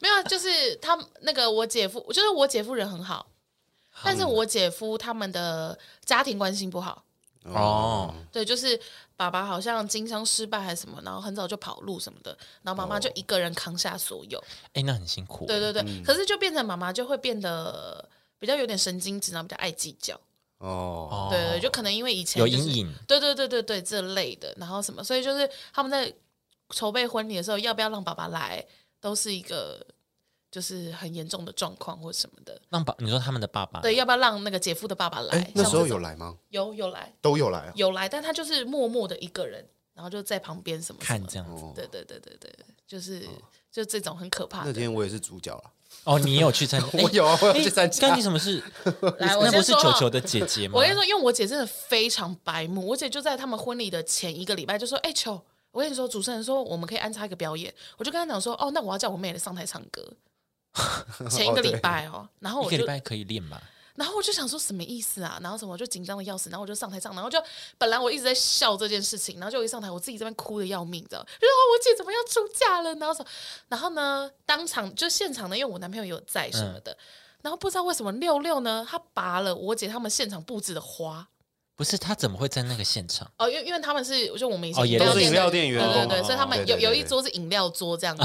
Speaker 1: 没有啊，就是他们那个我姐夫，就是我姐夫人很好，但是我姐夫他们的家庭关系不好。
Speaker 2: 哦，
Speaker 1: 对，就是爸爸好像经商失败还是什么，然后很早就跑路什么的，然后妈妈就一个人扛下所有。
Speaker 2: 哎，那很辛苦。
Speaker 1: 对对对，可是就变成妈妈就会变得比较有点神经质，然后比较爱计较。
Speaker 3: 哦，
Speaker 2: 哦，
Speaker 1: 对对，就可能因为以前、
Speaker 2: 有
Speaker 1: 就是
Speaker 2: 阴影。
Speaker 1: 对对对对对，这类的，然后什么，所以就是他们在筹备婚礼的时候，要不要让爸爸来，都是一个就是很严重的状况或什么的。
Speaker 2: 让爸，你说他们的爸爸，
Speaker 1: 对，要不要让那个姐夫的爸爸来？
Speaker 3: 哎，那
Speaker 1: 像
Speaker 3: 时候
Speaker 1: 这
Speaker 3: 有
Speaker 1: 种
Speaker 3: 来吗？
Speaker 1: 有有来
Speaker 3: 都有来啊，
Speaker 1: 有来，但他就是默默的一个人，然后就在旁边什么什
Speaker 2: 看
Speaker 1: 么的
Speaker 2: 这样子。
Speaker 1: 对对对对对，就是、就这种很可怕的。
Speaker 3: 那天我也是主角了，
Speaker 2: 哦，你也有去 参加？哎
Speaker 3: 我有啊，我有去参
Speaker 2: 干
Speaker 3: 加
Speaker 2: 你。什么 事？
Speaker 1: 来，我
Speaker 2: 那
Speaker 1: 先
Speaker 2: 不是
Speaker 1: 说
Speaker 2: 球
Speaker 1: 哈
Speaker 2: 球的姐姐吗？
Speaker 1: 我跟你说，因为我姐真的非常白目，我姐就在他们婚礼的前一个礼拜就说：“哎、球，我跟你说，主持人说我们可以安插一个表演。”我就跟她讲说：“哦，那我要叫我妹来上台唱歌。” 前 一个礼拜哦，然后
Speaker 2: 一
Speaker 1: 我
Speaker 2: 个
Speaker 1: 就
Speaker 2: 礼，拜可以练吧？
Speaker 1: 然后我就想说什么意思啊？然后什么我就紧张的要死，然后我就上台唱，然后就本来我一直在笑这件事情，然后就一上台我自己这边哭的要命，你知道？就说哦我姐怎么要出嫁了？然后什么？然后呢，当场就现场呢，因为我男朋友也有在什么的，然后不知道为什么六六呢，他拔了我姐他们现场布置的花。
Speaker 2: 不是，他怎么会在那个现场？
Speaker 1: 哦，因为因为他们是，就我们以前
Speaker 2: 哦也
Speaker 3: 都是
Speaker 1: 店
Speaker 3: 饮料店员
Speaker 1: 对对
Speaker 3: 工
Speaker 1: 对，
Speaker 3: 哦
Speaker 1: 所以他们
Speaker 3: 对对
Speaker 1: 有
Speaker 3: 对
Speaker 1: 有
Speaker 3: 对
Speaker 1: 一桌是饮料桌这样 子。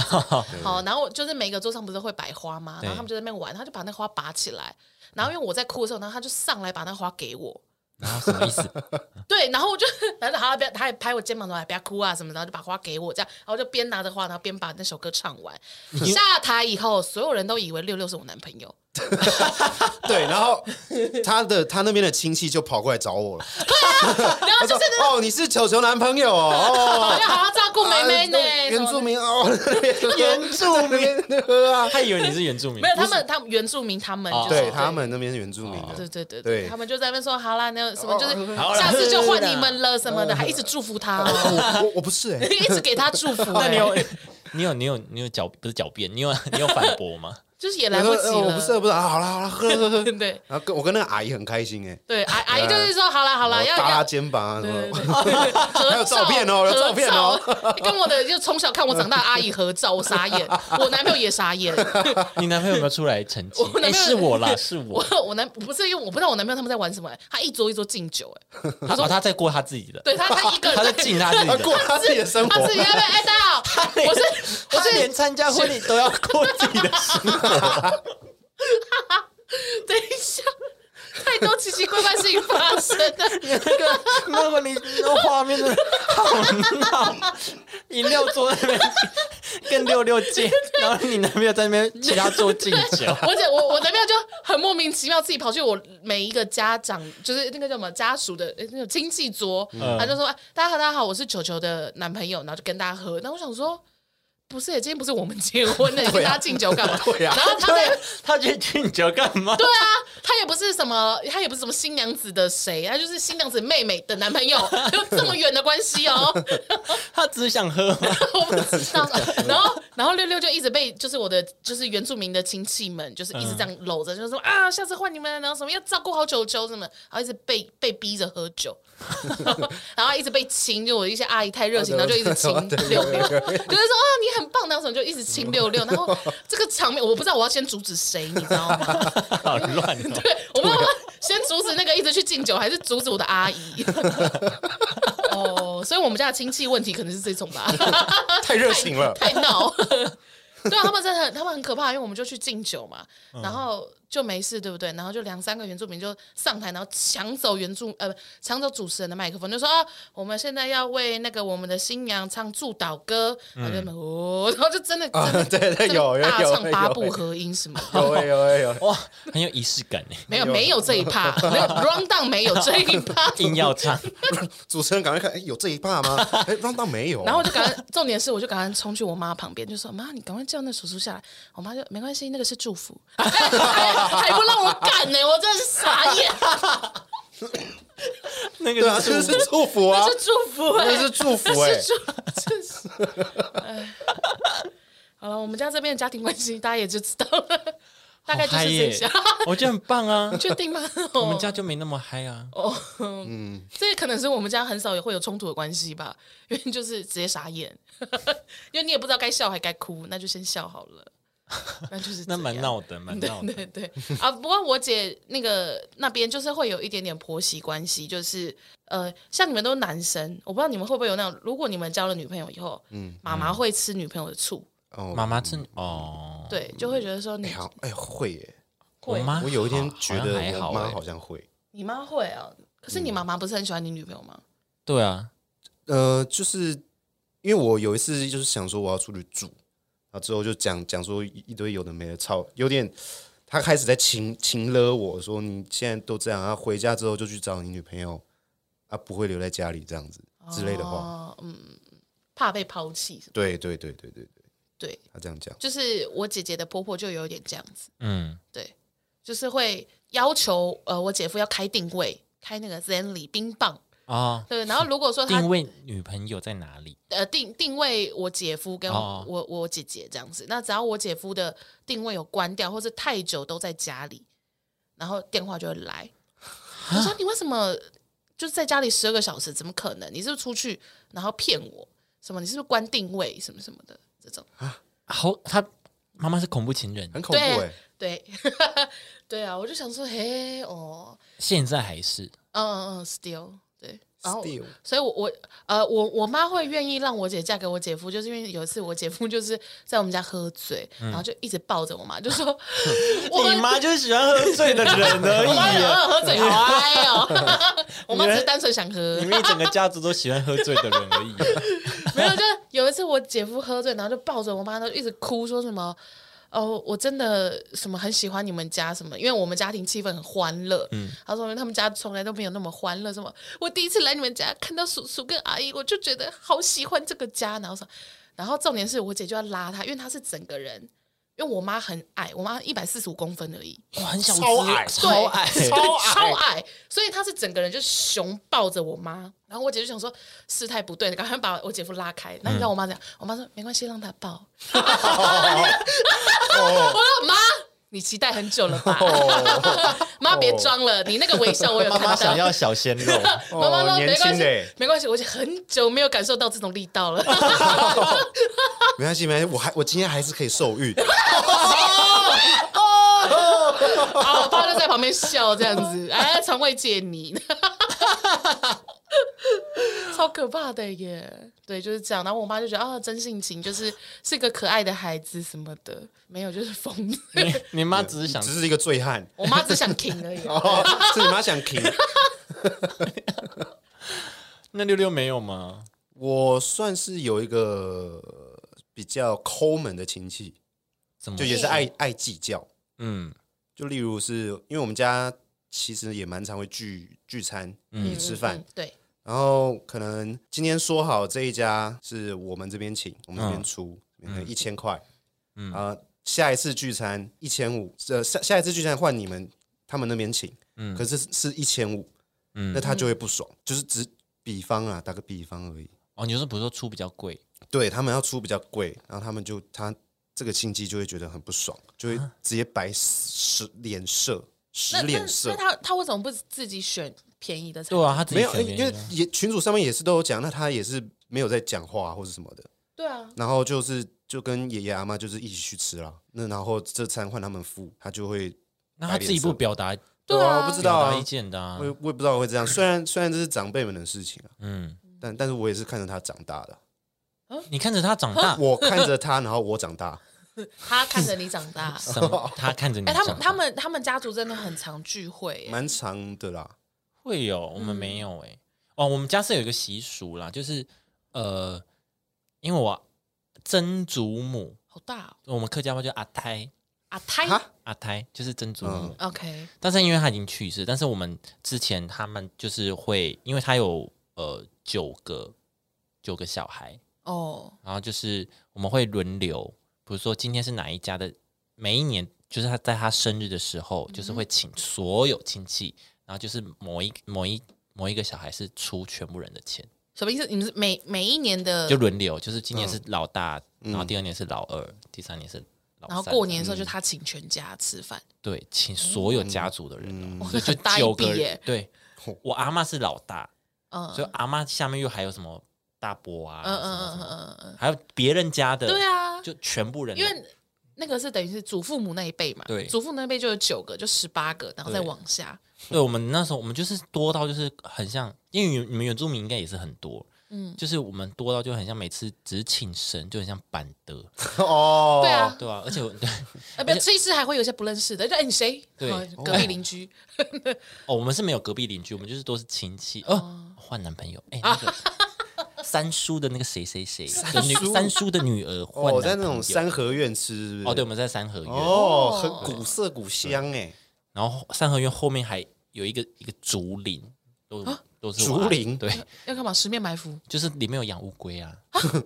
Speaker 1: 好，然后就是每个桌上不是会摆花吗？然后他们就在那边玩，他就把那花拔起来。然后因为我在哭的时候，然后他就上来把那花给我。
Speaker 2: 然后什么意思？
Speaker 3: 嗯
Speaker 1: 对，然后我就，然后他不要，他还拍我肩膀说：“哎，不要哭啊什么的。”然后就把花给我，这样，然后就 边拿着花，然后边把那首歌唱完。下台以后，所有人都以为六六是我男朋友，
Speaker 3: 对，然后他的他那边的亲戚就跑过来找我了，他说：“哦，你是球球男朋友哦，
Speaker 1: 好像好好照顾
Speaker 3: 哦，
Speaker 1: 妹妹呢
Speaker 3: 啊那，原
Speaker 1: 什
Speaker 3: 住
Speaker 1: 么的。
Speaker 3: 民哦，
Speaker 2: 原住民，
Speaker 3: 那边啊，
Speaker 2: 他以为你是原住民，
Speaker 1: 没有他们，他们原住民，他们
Speaker 2: 哦
Speaker 1: 就是
Speaker 3: 对他，们那边是原住民
Speaker 1: 对对
Speaker 3: 的，
Speaker 1: 对
Speaker 3: 啊对哦
Speaker 1: 对，他们就在那边说好啦，那什么就是
Speaker 2: 好啦
Speaker 1: 下次就换你们 了什
Speaker 3: 嗯
Speaker 1: 么的，还一直祝福他，
Speaker 3: 哦我我我不是哎，
Speaker 1: 一直给他祝 福。
Speaker 2: 那
Speaker 1: 哎
Speaker 2: 你有你有你有你有狡不是狡辩，你有你有反驳吗？
Speaker 1: 就是也
Speaker 3: 我
Speaker 1: 来
Speaker 3: 说
Speaker 1: 不及
Speaker 3: 呃我不是
Speaker 1: 了，
Speaker 3: 不是，啊好了好了，喝喝喝
Speaker 1: 对，不对？
Speaker 3: 然后跟我跟那个阿姨很开心哎，
Speaker 1: 对，阿阿姨就是说好啦好啦，
Speaker 3: 然
Speaker 1: 要
Speaker 3: 后搭她
Speaker 1: 要。
Speaker 3: 肩膀啊什
Speaker 1: 对 对
Speaker 3: 么
Speaker 1: 对
Speaker 3: 的，
Speaker 1: 合
Speaker 3: 还有照片哦
Speaker 1: 合
Speaker 3: 有照片哦
Speaker 1: 照跟我的就从小看我长大的阿姨合照，我傻 眼，我男朋友也傻眼，
Speaker 2: 你男朋友有没有出来澄清？
Speaker 1: 我
Speaker 2: 哎，
Speaker 1: 男朋友
Speaker 2: 是 我啦，是我
Speaker 1: 我。我男不是因为我不知道我男朋友他们在玩什么，他一桌一桌敬酒，哎，
Speaker 2: 他哦说他在过他自己的，
Speaker 1: 对他他一个人
Speaker 2: 他在敬他自己
Speaker 3: 她
Speaker 2: 的。
Speaker 3: 过她自己的生
Speaker 1: 他
Speaker 3: 活
Speaker 1: 自。己在那边哎大家好，我是我
Speaker 2: 他
Speaker 1: 是
Speaker 2: 连参加婚礼都要过自己的生活，
Speaker 1: 等一下，太多奇奇怪怪事情发生了。
Speaker 2: 那个那个你那画面真的好 闹，饮料桌那边跟六六借，然后你男朋友在那边其他桌敬酒，
Speaker 1: 我姐我我男朋友就很莫名其妙，自己跑去我每一个家长，就是那个叫什么家属的哎诶那种亲戚桌，
Speaker 3: 嗯
Speaker 1: 他就说：“哎，大家好，大家好，我是球球的男朋友。”然后就跟大家喝。那我想说，不是耶，今天不是我们结 婚的，你跟大家敬酒干嘛？
Speaker 3: 对啊
Speaker 1: 然后他在
Speaker 2: 对， 他去敬酒干嘛？
Speaker 1: 对啊，他也不是什么，他也不是什么新娘子的谁，他就是新娘子妹妹的男朋 友，有这么远的关系哦。
Speaker 2: 他只想喝吗？
Speaker 1: 我不知道。然后，然后六六就一直被就是我的就是原住民的亲戚们，就是一直这样搂着，就是说啊，下次换你们，然后什么要照顾好九九什么，然后一直被被逼着喝酒，然后一直被亲，就我一些阿姨太热情，然后就一直亲六六，就是说啊你很棒，然后什么就一直亲六六，然后这个场面我不知道我要先阻止谁，你知道吗？
Speaker 2: 好乱哦！
Speaker 1: 对，我不知道我要先阻止那个一直去敬酒，还是阻止我的阿姨。哦，所以我们家的亲戚问题可能是这种吧。
Speaker 3: 太热情了，
Speaker 1: 太闹。 对啊，他们真的很，他们很可怕，因为我们就去敬酒嘛，
Speaker 3: 嗯
Speaker 1: 然后就没事，对不对？然后就两三个原住民就上台，然后抢走原住呃，不抢走主持人的麦克风，就说啊，我们现在要为那个我们的新娘唱祝祷歌，然后就哦，然后就真的真的、
Speaker 3: 嗯啊对对
Speaker 1: 真的
Speaker 3: 有有
Speaker 1: 大
Speaker 3: 有
Speaker 1: 唱八
Speaker 3: 有
Speaker 1: 部合音什么 的。
Speaker 3: 有哎有哎有哎，
Speaker 2: 哇，很有仪式感 哎，
Speaker 1: 没有没有这一趴，没 有 round down 没有这一趴，
Speaker 2: 硬要唱，
Speaker 3: 主持人赶快看，哎，有这一趴吗？哎，让到没
Speaker 2: 哦
Speaker 3: 有。
Speaker 1: 然后我就赶快，重点是我就赶快冲去我妈旁边，就说：“妈，你赶快叫那叔叔下来。”我妈就没关系，那个是祝 福，还还不让我干呢、我真的是傻眼，
Speaker 2: 那
Speaker 3: 对啊，
Speaker 2: 个
Speaker 3: 这
Speaker 2: 是
Speaker 3: 是祝福啊
Speaker 1: 这，是祝福哎、
Speaker 3: 这是祝福哎
Speaker 2: 欸
Speaker 1: 这， 是祝，这是，哎，好了，我们家这边的家庭关系大家也就知道了，大概就是这些，
Speaker 2: 好。 我觉得很棒啊
Speaker 1: 确定 吗？
Speaker 2: 我们家就没那么嗨啊。
Speaker 1: 哦，嗯，这可能是我们家很少也会有冲突的关系吧，因为就是直接傻眼， 因为你也不知道该笑还该哭，那就先笑好了，那就是这
Speaker 2: 那
Speaker 1: 样
Speaker 2: 蛮。闹的，蛮闹
Speaker 1: 对
Speaker 2: 的。
Speaker 1: 对对 啊！不过我姐那个那边就是会有一点点婆媳关系，就是呃，像你们都是男生，我不知道你们会不会有那种，如果你们交了女朋友以后，嗯，妈妈会吃女朋友的醋，
Speaker 3: 哦
Speaker 2: 妈妈真哦，
Speaker 1: 对，就会觉得说你、
Speaker 3: 哎好哎会耶，
Speaker 2: 我
Speaker 1: 会，
Speaker 2: 妈
Speaker 3: 我有一天
Speaker 2: 好
Speaker 3: 觉
Speaker 2: 好像还
Speaker 3: 得
Speaker 2: 好
Speaker 3: 我妈
Speaker 2: 欸
Speaker 3: 好像会，
Speaker 1: 你妈会啊，可是你
Speaker 3: 嗯
Speaker 1: 妈妈不是很喜欢你女朋友吗？
Speaker 2: 对啊，
Speaker 3: 呃，就是因为我有一次就是想说我要出去住，然后之后就讲讲说一一堆有的没的操，有点他开始在情情勒我说你现在都这样，啊，回家之后就去找你女朋友，啊不会留在家里这样子之类的话，
Speaker 1: 哦，嗯，怕被抛弃什么，
Speaker 3: 对对对对对对，
Speaker 1: 对，
Speaker 3: 他这样讲，
Speaker 1: 就是我姐姐的婆婆就有一点这样子，
Speaker 2: 嗯，
Speaker 1: 对，就是会要求呃我姐夫要开定位，开那个 Zenly 冰棒，
Speaker 2: 哦，
Speaker 1: 对，然后如果说他
Speaker 2: 定位女朋友在哪里？
Speaker 1: 呃定定位我姐夫跟我、
Speaker 2: 哦
Speaker 1: 我我姐姐这样子，那只要我姐夫的定位有关掉，或是太久都在家里，然后电话就会来，我说你为什么就是在家里十二个小时？怎么可能？你是不是出去然后骗我？什么？你是不是关定位什么什么的这种？
Speaker 2: 好，她妈妈是恐怖情人
Speaker 3: 很，恐怖哎、
Speaker 1: 对， 对啊，我就想说，嘿，哦，
Speaker 2: 现在还是
Speaker 1: 嗯嗯嗯，still，对，然
Speaker 2: 哦
Speaker 1: 后
Speaker 3: Still
Speaker 1: 所以我，我呃，我我妈会愿意让我姐嫁给我姐夫，就是因为有一次我姐夫就是在我们家喝醉，然后就一直抱着我妈，就说 我
Speaker 2: 嗯你妈就是喜欢喝醉的人 而
Speaker 1: 我妈
Speaker 2: 已啊。
Speaker 1: 喝喝醉好嗨哦， 我妈只是单纯想喝
Speaker 2: 你，们一整个家族都喜欢喝醉的人 而已啊，
Speaker 1: 没有，就有一次我姐夫喝醉，然后就抱着我妈，然后一直哭，说什么。哦，我真的什么很喜欢你们家什么，因为我们家庭气氛很欢乐。嗯，他说他们家从来都没有那么欢乐，什么我第一次来你们家看到叔叔跟阿姨，我就觉得好喜欢这个家，然后说，然后重点是我姐就要拉他，因为他是整个人，因为我妈很矮，我妈一百四十五公分而已，
Speaker 2: 哇，很小只，
Speaker 3: 超矮
Speaker 2: 超矮，
Speaker 1: 对
Speaker 3: 超矮
Speaker 1: 超矮，所以他是整个人就熊抱着我妈，然后我姐就想说事态不对，赶快把我姐夫拉开。那你知道我妈怎样？我妈说没关系，让他 抱。
Speaker 3: 哦
Speaker 1: 我说妈，你期待很久了 吧？妈
Speaker 3: 哦
Speaker 1: 别装了，你那个微笑我有
Speaker 4: 妈
Speaker 1: 看
Speaker 4: 妈想
Speaker 1: 到。
Speaker 4: 要小鲜肉，
Speaker 1: 妈妈
Speaker 3: 哦
Speaker 1: 说
Speaker 3: 年
Speaker 1: 没关
Speaker 3: 轻
Speaker 1: 系
Speaker 3: 嘞，
Speaker 1: 没关系，我已经很久没有感受到这种力道了。
Speaker 3: 没关系，没关系，我还我今天还是可以受孕。
Speaker 1: 啊，我爸就在旁边笑这样子，哎，肠胃借你，超可怕的耶。对，就是这样。然后我妈就觉得啊，真性情，就是是个可爱的孩子什么的，没有就是疯子。
Speaker 2: 你你妈只是 想
Speaker 3: 只是一个醉汉
Speaker 1: 我妈只想停而已。
Speaker 3: 哦，是你妈想停。
Speaker 2: 那六六没有吗？
Speaker 3: 我算是有一个呃比较抠门的亲戚，
Speaker 2: 怎么
Speaker 3: 就嗯也是爱爱计较。
Speaker 2: 嗯
Speaker 3: 就例如是因为我们家其实也蛮常会聚聚餐，一起吃饭
Speaker 1: 嗯，，对，
Speaker 3: 然后可能今天说好这一家是我们这边请，我们这边出，可能一千块，嗯啊、下一次聚餐一千五，呃，下下一次聚餐换你们他们那边请，嗯，可是是一千五，
Speaker 2: 嗯
Speaker 3: 那他就会不爽，就是只比方啊，打个比方而已，
Speaker 2: 哦，你说比如说出比较贵，
Speaker 3: 对他们要出比较贵，然后他们就他这个亲戚就会觉得很不爽，就会
Speaker 2: 啊
Speaker 3: 直接摆使脸色，使
Speaker 1: 那
Speaker 3: 脸
Speaker 1: 那
Speaker 3: 色
Speaker 1: 那。他他为什么不自己选便宜的餐？
Speaker 2: 对啊，他自己
Speaker 3: 没有，
Speaker 2: 选
Speaker 3: 因为
Speaker 2: 的
Speaker 3: 也群主上面也是都有讲，那他也是没有在讲话或者什么的，
Speaker 1: 对啊，
Speaker 3: 然后就是就跟爷爷阿妈就是一起去吃啦。那然后这餐换他们付，他就会
Speaker 2: 那他自己不表达
Speaker 1: 对啊
Speaker 3: 我不知道
Speaker 2: 表达
Speaker 3: 啊
Speaker 2: 意，见的啊
Speaker 3: 我，也我也不知道会这样。虽然虽然这是长辈们的事情啊，
Speaker 2: 嗯，
Speaker 3: 但但是我也是看着他长大的，
Speaker 2: 你看着他长大，
Speaker 3: 我看着他，然后我长大。
Speaker 1: 他看着你长大。
Speaker 2: 什么？他看着你
Speaker 1: 哎，
Speaker 2: 长
Speaker 1: 他
Speaker 2: 大，
Speaker 1: 们他们他们家族真的很常聚会耶，
Speaker 3: 蛮长的啦，
Speaker 2: 会有，我们没有哎、哦，我们家是有一个习俗啦，就是呃，因为我曾祖母，
Speaker 1: 好大哦
Speaker 2: 我们客家话叫阿胎，
Speaker 1: 啊！胎
Speaker 3: 哈
Speaker 2: 阿胎就是曾祖
Speaker 3: 嗯
Speaker 2: 母。
Speaker 1: OK，
Speaker 2: 但是因为他已经去世，但是我们之前他们就是会，因为他有呃九个九个小孩，
Speaker 1: 哦，
Speaker 2: 然后就是我们会轮流，比如说今天是哪一家的，每一年就是他在他生日的时候，就是
Speaker 1: 嗯
Speaker 2: 会请所有亲戚，然后就是某一某一某一个小孩是出全部人的钱，
Speaker 1: 什么意思？你们是每每一年的
Speaker 2: 就轮流，就是今年
Speaker 1: 嗯
Speaker 2: 是老大，然后第二年是老二，第三年是老三，嗯
Speaker 1: 然后过年的时候就他请全家吃饭，
Speaker 2: 对，请所有家族的人哦，所以就
Speaker 1: 很嗯 大一
Speaker 2: 九个
Speaker 1: 笔
Speaker 2: 人
Speaker 1: 耶，
Speaker 2: 对我阿妈是老大，
Speaker 1: 嗯，
Speaker 2: 所以阿妈下面又还有什么大伯啊，
Speaker 1: 嗯
Speaker 2: 什
Speaker 1: 嗯
Speaker 2: 么什
Speaker 1: 嗯
Speaker 2: 么
Speaker 1: 嗯嗯嗯，
Speaker 2: 还有别人家的，
Speaker 1: 对，啊，
Speaker 2: 就全部人的，
Speaker 1: 因为那个是等于是祖父母那一辈嘛，
Speaker 2: 对
Speaker 1: 祖父母那一辈就有九个，就十八个，然后再
Speaker 2: 对
Speaker 1: 往下，
Speaker 2: 对我们那时候，我们就是多到就是很像，因为你们原住民应该也是很多，嗯，就是我们多到就很像每次只是请神，就很像板德，
Speaker 3: 哦，
Speaker 1: 对啊，
Speaker 2: 对啊，而且我 对
Speaker 1: 呃，不，吃一吃还会有一些不认识的，就哎你谁？
Speaker 2: 对
Speaker 1: 哦隔壁邻居，
Speaker 2: 哦，我们是没有隔壁邻居，我们就是都是亲戚。哦，换男朋友，哎、那个、三叔的那个谁谁谁，的女三叔的女儿换男朋友
Speaker 3: 哦，在那种三合院吃，是不是
Speaker 2: 哦，对，我们在三合院，
Speaker 3: 哦，很古色古香哎，
Speaker 2: 然后三合院后面还有一个一个竹林，都、都是我
Speaker 3: 竹
Speaker 2: 阿
Speaker 3: 林
Speaker 2: 对，
Speaker 1: 要干嘛？十面埋伏？
Speaker 2: 就是里面有养乌龟啊，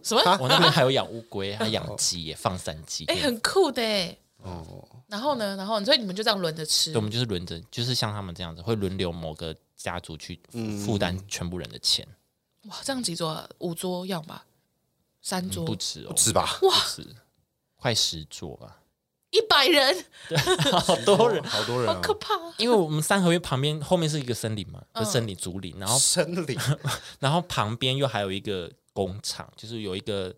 Speaker 1: 什么？
Speaker 2: 我那边还有养乌龟，
Speaker 3: 哦
Speaker 2: 还养鸡耶，放山鸡，
Speaker 1: 哎，
Speaker 2: 对
Speaker 1: 很酷的哎。哦，然后呢？然后所以你们就这样轮着吃
Speaker 2: 对，我，们就是轮着，就是像他们这样子，会轮流某个家族去
Speaker 3: 嗯
Speaker 2: 负负担全部人的钱，
Speaker 1: 哇，这样几桌啊？五桌要吧？三桌
Speaker 2: 不？止哦，
Speaker 3: 是吧？
Speaker 2: 不止，快十桌吧，
Speaker 1: 一百人，
Speaker 2: 好多人。
Speaker 3: 好多人
Speaker 1: 好
Speaker 3: 啊
Speaker 1: 可，怕啊！
Speaker 2: 因为我们三合院旁边后面是一个森林嘛，就森林竹林，然后
Speaker 3: 森林
Speaker 2: 然后旁边又还有一个工厂，就是有一个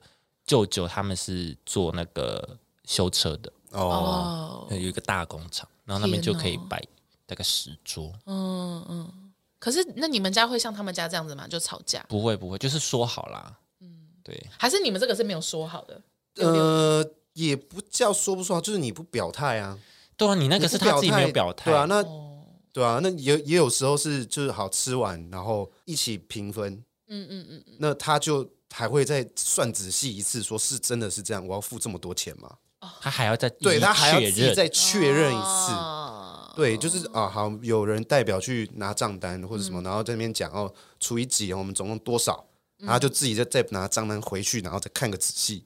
Speaker 2: 舅舅他们是做那个修车的，
Speaker 3: 哦。
Speaker 1: 哦，
Speaker 2: 有一个大工厂，然后那边就
Speaker 1: 天哪
Speaker 2: 可以摆大概十桌，
Speaker 1: 嗯嗯。可是那你们家会像他们家这样子吗？就吵架？
Speaker 2: 不会不会，就是说好啦，嗯，对，
Speaker 1: 还是你们这个是没有说好的？
Speaker 3: 呃，也不叫说不说话，就是你不表态啊。
Speaker 2: 对啊，你那
Speaker 3: 那
Speaker 2: 个是他自己没有表态，
Speaker 3: 对啊，那
Speaker 1: 哦，
Speaker 3: 对啊，那也也有时候是就是好吃完，然后一起平分，
Speaker 1: 嗯嗯嗯嗯，
Speaker 3: 那他就还会再算仔细一次，说是真的是这样，我要付这么多钱吗？
Speaker 2: 他还要再一
Speaker 3: 对
Speaker 2: 一
Speaker 3: 他还要
Speaker 2: 确
Speaker 3: 自己
Speaker 2: 认
Speaker 3: 再确认一次。
Speaker 4: 哦
Speaker 3: 对，就是啊，好，有人代表去拿账单或者什么，然后在那边讲哦，除以几，我们总共多少，然后就自己再再拿账单回去，然后再看个仔细。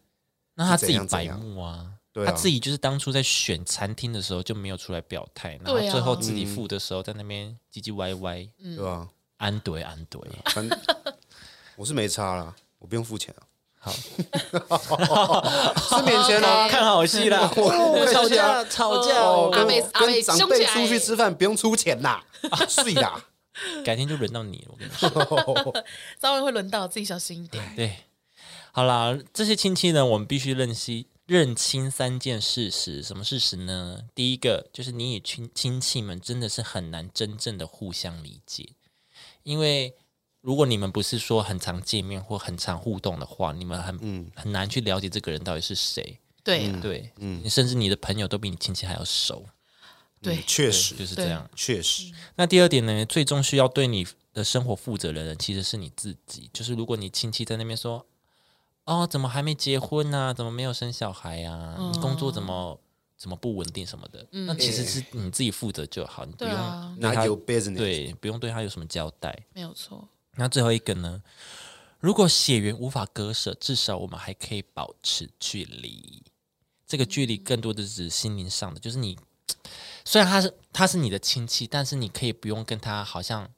Speaker 2: 那他自己
Speaker 3: 是怎
Speaker 2: 白
Speaker 3: 样怎样
Speaker 2: 目啊，
Speaker 3: 对啊
Speaker 2: 他自己就是当初在选餐厅的时候就没有出来表态，然后
Speaker 1: 对啊
Speaker 2: 最后自
Speaker 3: 嗯
Speaker 2: 己付的时候在那边唧唧歪歪，
Speaker 3: 对吧？
Speaker 2: 安怼安怼。
Speaker 3: 反正我是没差啦，我不用付钱啊。
Speaker 2: 好，
Speaker 3: 是免钱啊
Speaker 1: OK
Speaker 2: 看好戏啦，
Speaker 3: 我
Speaker 2: 哦吵架吵架，
Speaker 3: 哦，
Speaker 1: 阿
Speaker 3: 跟
Speaker 1: 北阿
Speaker 3: 跟
Speaker 1: 北
Speaker 3: 长
Speaker 1: 凶起
Speaker 3: 辈
Speaker 1: 来
Speaker 3: 出去吃饭不用出钱啦，睡啦。
Speaker 2: 改天就轮到你了，我跟你说。
Speaker 1: 稍微会轮到，自己小心一点。
Speaker 2: 对，好啦，这些亲戚呢，我们必须认清认清三件事实。什么事实呢？第一个就是你与亲亲戚们真的是很难真正的互相理解，因为如果你们不是说很常见面或很常互动的话，你们很、
Speaker 3: 嗯
Speaker 2: 很难去了解这个人到底是谁。
Speaker 1: 对啊
Speaker 2: 对，你甚至你的朋友都比你亲戚还要熟，
Speaker 1: 对
Speaker 3: 嗯，确
Speaker 2: 对嗯
Speaker 3: 实
Speaker 2: 就是
Speaker 1: 对
Speaker 2: 这样。
Speaker 3: 确实，
Speaker 2: 那第二点呢，最终需要对你的生活负责的人其实是你自己。就是如果你亲戚在那边说：“哦，怎么还没结婚呢、怎么没有生小孩呀、你工作怎
Speaker 1: 哦
Speaker 2: 么怎么不稳定什么的？”那其实是你自己负责就好，你嗯
Speaker 1: 嗯
Speaker 2: 不
Speaker 1: 对
Speaker 2: 用、
Speaker 1: 啊，
Speaker 3: 那
Speaker 2: 他
Speaker 3: 有 business，，
Speaker 2: 对不用对他有什么交代。
Speaker 1: 没有错。
Speaker 2: 那最后一个呢，如果血缘无法割舍，至少我们还可以保持距离。这个距离更多的只是心灵上的，就是你虽然他是他是你的亲戚，但是你可以不用跟他好像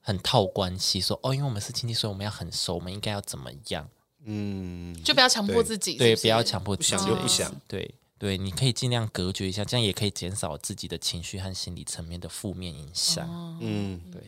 Speaker 2: 很套关系，说哦，因为我们是亲戚，所以我们要很熟，我们应该要怎么样？
Speaker 3: 嗯，
Speaker 1: 就不要强迫
Speaker 3: 对
Speaker 1: 自己，
Speaker 2: 对，
Speaker 1: 是
Speaker 2: 不要
Speaker 1: 是
Speaker 2: 强迫
Speaker 3: 不
Speaker 2: 自己，
Speaker 3: 想就不想，
Speaker 2: 对对，你可以尽量隔绝一下，这样也可以减少自己的情绪和心理层面的负面影响。
Speaker 3: 嗯，
Speaker 2: 对，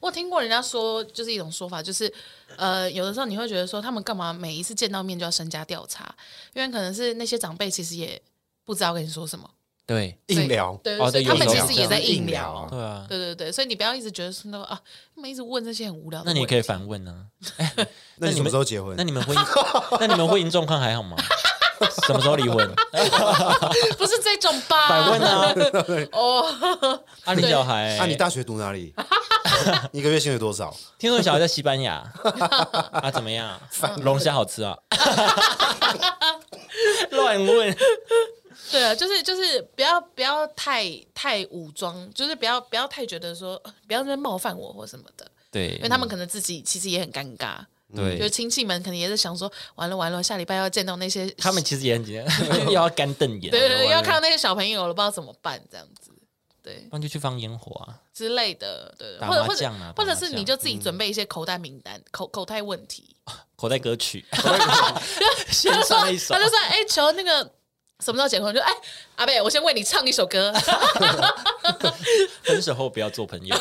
Speaker 1: 我听过人家说，就是一种说法，就是呃，有的时候你会觉得说，他们干嘛每一次见到面就要身家调查？因为可能是那些长辈其实也不知道跟你说什么，
Speaker 2: 对，
Speaker 3: 硬聊，
Speaker 1: 对，
Speaker 2: 哦
Speaker 1: 所以
Speaker 2: 对
Speaker 1: 他们
Speaker 2: 有
Speaker 1: 其
Speaker 2: 时候
Speaker 1: 实也在硬
Speaker 3: 硬聊
Speaker 1: 聊
Speaker 3: 啊。
Speaker 2: 对啊。
Speaker 1: 对对对，所以你不要一直觉得说啊，他们一直问这些很无聊的
Speaker 2: 那
Speaker 1: 问
Speaker 2: 你
Speaker 1: 题。
Speaker 2: 也可以反问啊，
Speaker 3: 那你
Speaker 2: 你
Speaker 3: 什么
Speaker 2: 们
Speaker 3: 时候结婚
Speaker 2: 那？你们婚姻， 那你们婚姻状况还好吗？什么时候离 婚？
Speaker 1: 不是这种吧？
Speaker 2: 反问啊，
Speaker 1: 哦，
Speaker 2: 啊，你小孩，
Speaker 3: 啊，你大学读哪里？一个月薪水 多少？
Speaker 2: 听说你小孩在西班牙啊？怎么样？龙虾好吃啊？ 乱问，
Speaker 1: 对啊，就是就是不要不要太太武装，就是不要不要太觉得说呃不要在那边冒犯我或什么的，
Speaker 2: 对
Speaker 1: 因为他们可能自己其实也很尴尬。就
Speaker 2: 嗯对，
Speaker 1: 亲戚们可能也是想说，完了完了，下礼拜要见到那些
Speaker 2: 他们其实也很紧张， 又要干瞪
Speaker 1: 对
Speaker 2: 眼，
Speaker 1: 对对，
Speaker 2: 完了
Speaker 1: 要看到，那些小朋友了，不知道怎么办，这样子，对
Speaker 2: 不然就去放烟火啊。
Speaker 1: 之类的，对，
Speaker 2: 打
Speaker 1: 或者
Speaker 2: 麻
Speaker 1: 或者
Speaker 2: 将啊
Speaker 1: 或者
Speaker 2: 打麻
Speaker 1: 是你
Speaker 2: 将
Speaker 1: 就自己准备一些口袋名单、口口袋问题，
Speaker 2: 口袋歌曲，先唱一首
Speaker 1: 他，就说，哎，求那个什么时候结婚？就哎，阿贝，我先为你唱一首歌，
Speaker 2: 分手后不要做 朋友，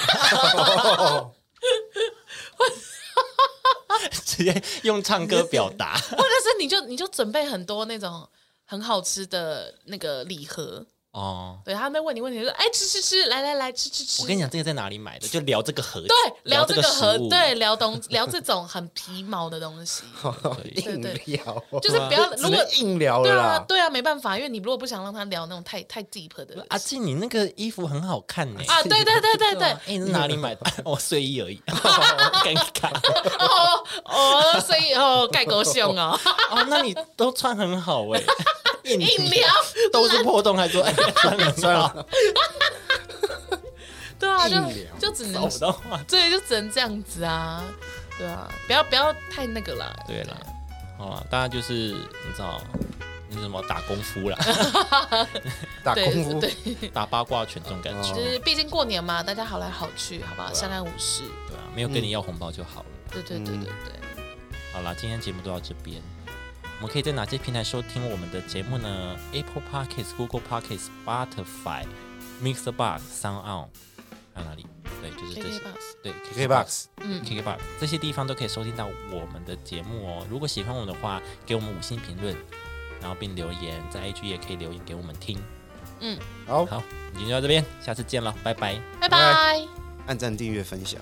Speaker 2: 直接用唱歌表达。
Speaker 1: 或者是你就你就准备很多那种很好吃的那个礼盒，
Speaker 2: 哦，
Speaker 1: 对，他们在问你问题，就说，哎，吃吃吃，来来来，吃吃吃，
Speaker 2: 我跟你讲，这个在哪里买的？就聊这个盒，
Speaker 1: 对，聊
Speaker 2: 这
Speaker 1: 这个盒
Speaker 2: 食物，
Speaker 1: 对，聊东聊这种很皮毛的东西，
Speaker 3: 硬聊，
Speaker 1: 就是不要
Speaker 3: 只
Speaker 1: 如果
Speaker 3: 能硬聊
Speaker 1: 对
Speaker 3: 了
Speaker 1: 啊
Speaker 3: 啦。
Speaker 1: 对啊，没办法，因为你如果不想让他聊那种太太 deep 的
Speaker 2: 阿静，你那个衣服很好看呢、
Speaker 1: 啊，对对对对
Speaker 2: 对啊，哎、
Speaker 1: 对，
Speaker 2: 你是哪里 买的？我睡衣而已，哦尴尬。
Speaker 1: 哦哦，所以哦盖狗熊 哦，
Speaker 2: 哦，那你都穿很好 哎、硬
Speaker 1: 硬聊，
Speaker 2: 都是破洞，还说哎、
Speaker 1: 啊
Speaker 2: 穿
Speaker 3: 算
Speaker 2: 很好，
Speaker 3: 了，
Speaker 1: 对啊，就
Speaker 3: 硬聊
Speaker 1: 就只
Speaker 2: 找
Speaker 1: 能
Speaker 2: 不到话。
Speaker 1: 对，就只能这样子啊，对啊，不要不要太那个啦，
Speaker 2: 对啦，好啦，大家就是你知道，你怎么打功 夫啦，
Speaker 3: 打
Speaker 1: 对
Speaker 3: 功夫
Speaker 1: 对，
Speaker 2: 打八卦拳这种感觉，
Speaker 1: 就
Speaker 3: 哦
Speaker 1: 是毕竟过年嘛，大家好来好去，好不好？相安无事，
Speaker 2: 对啊，没有
Speaker 1: 嗯
Speaker 2: 跟你要红包就好了。
Speaker 1: 对对对对对，
Speaker 2: 好啦，今天节目都到这边。我们可以在哪些平台收听我们的节目呢？Apple Podcasts、Google Podcasts、Spotify、Mixer Box、Sound On，还有哪里？对，就是这
Speaker 1: KK
Speaker 2: 些。
Speaker 1: box，
Speaker 2: 对
Speaker 3: KKBox，
Speaker 1: 嗯
Speaker 2: KKBox 这些地方都可以收听到我们的节目哦。如果喜欢我们的话，给我们五星评论，然后并留言，在 IG 也可以留言给我们听。
Speaker 3: 好，
Speaker 2: 好，今天就到这边，下次见了，拜拜。
Speaker 1: 拜拜。
Speaker 3: 按赞、订阅、分享。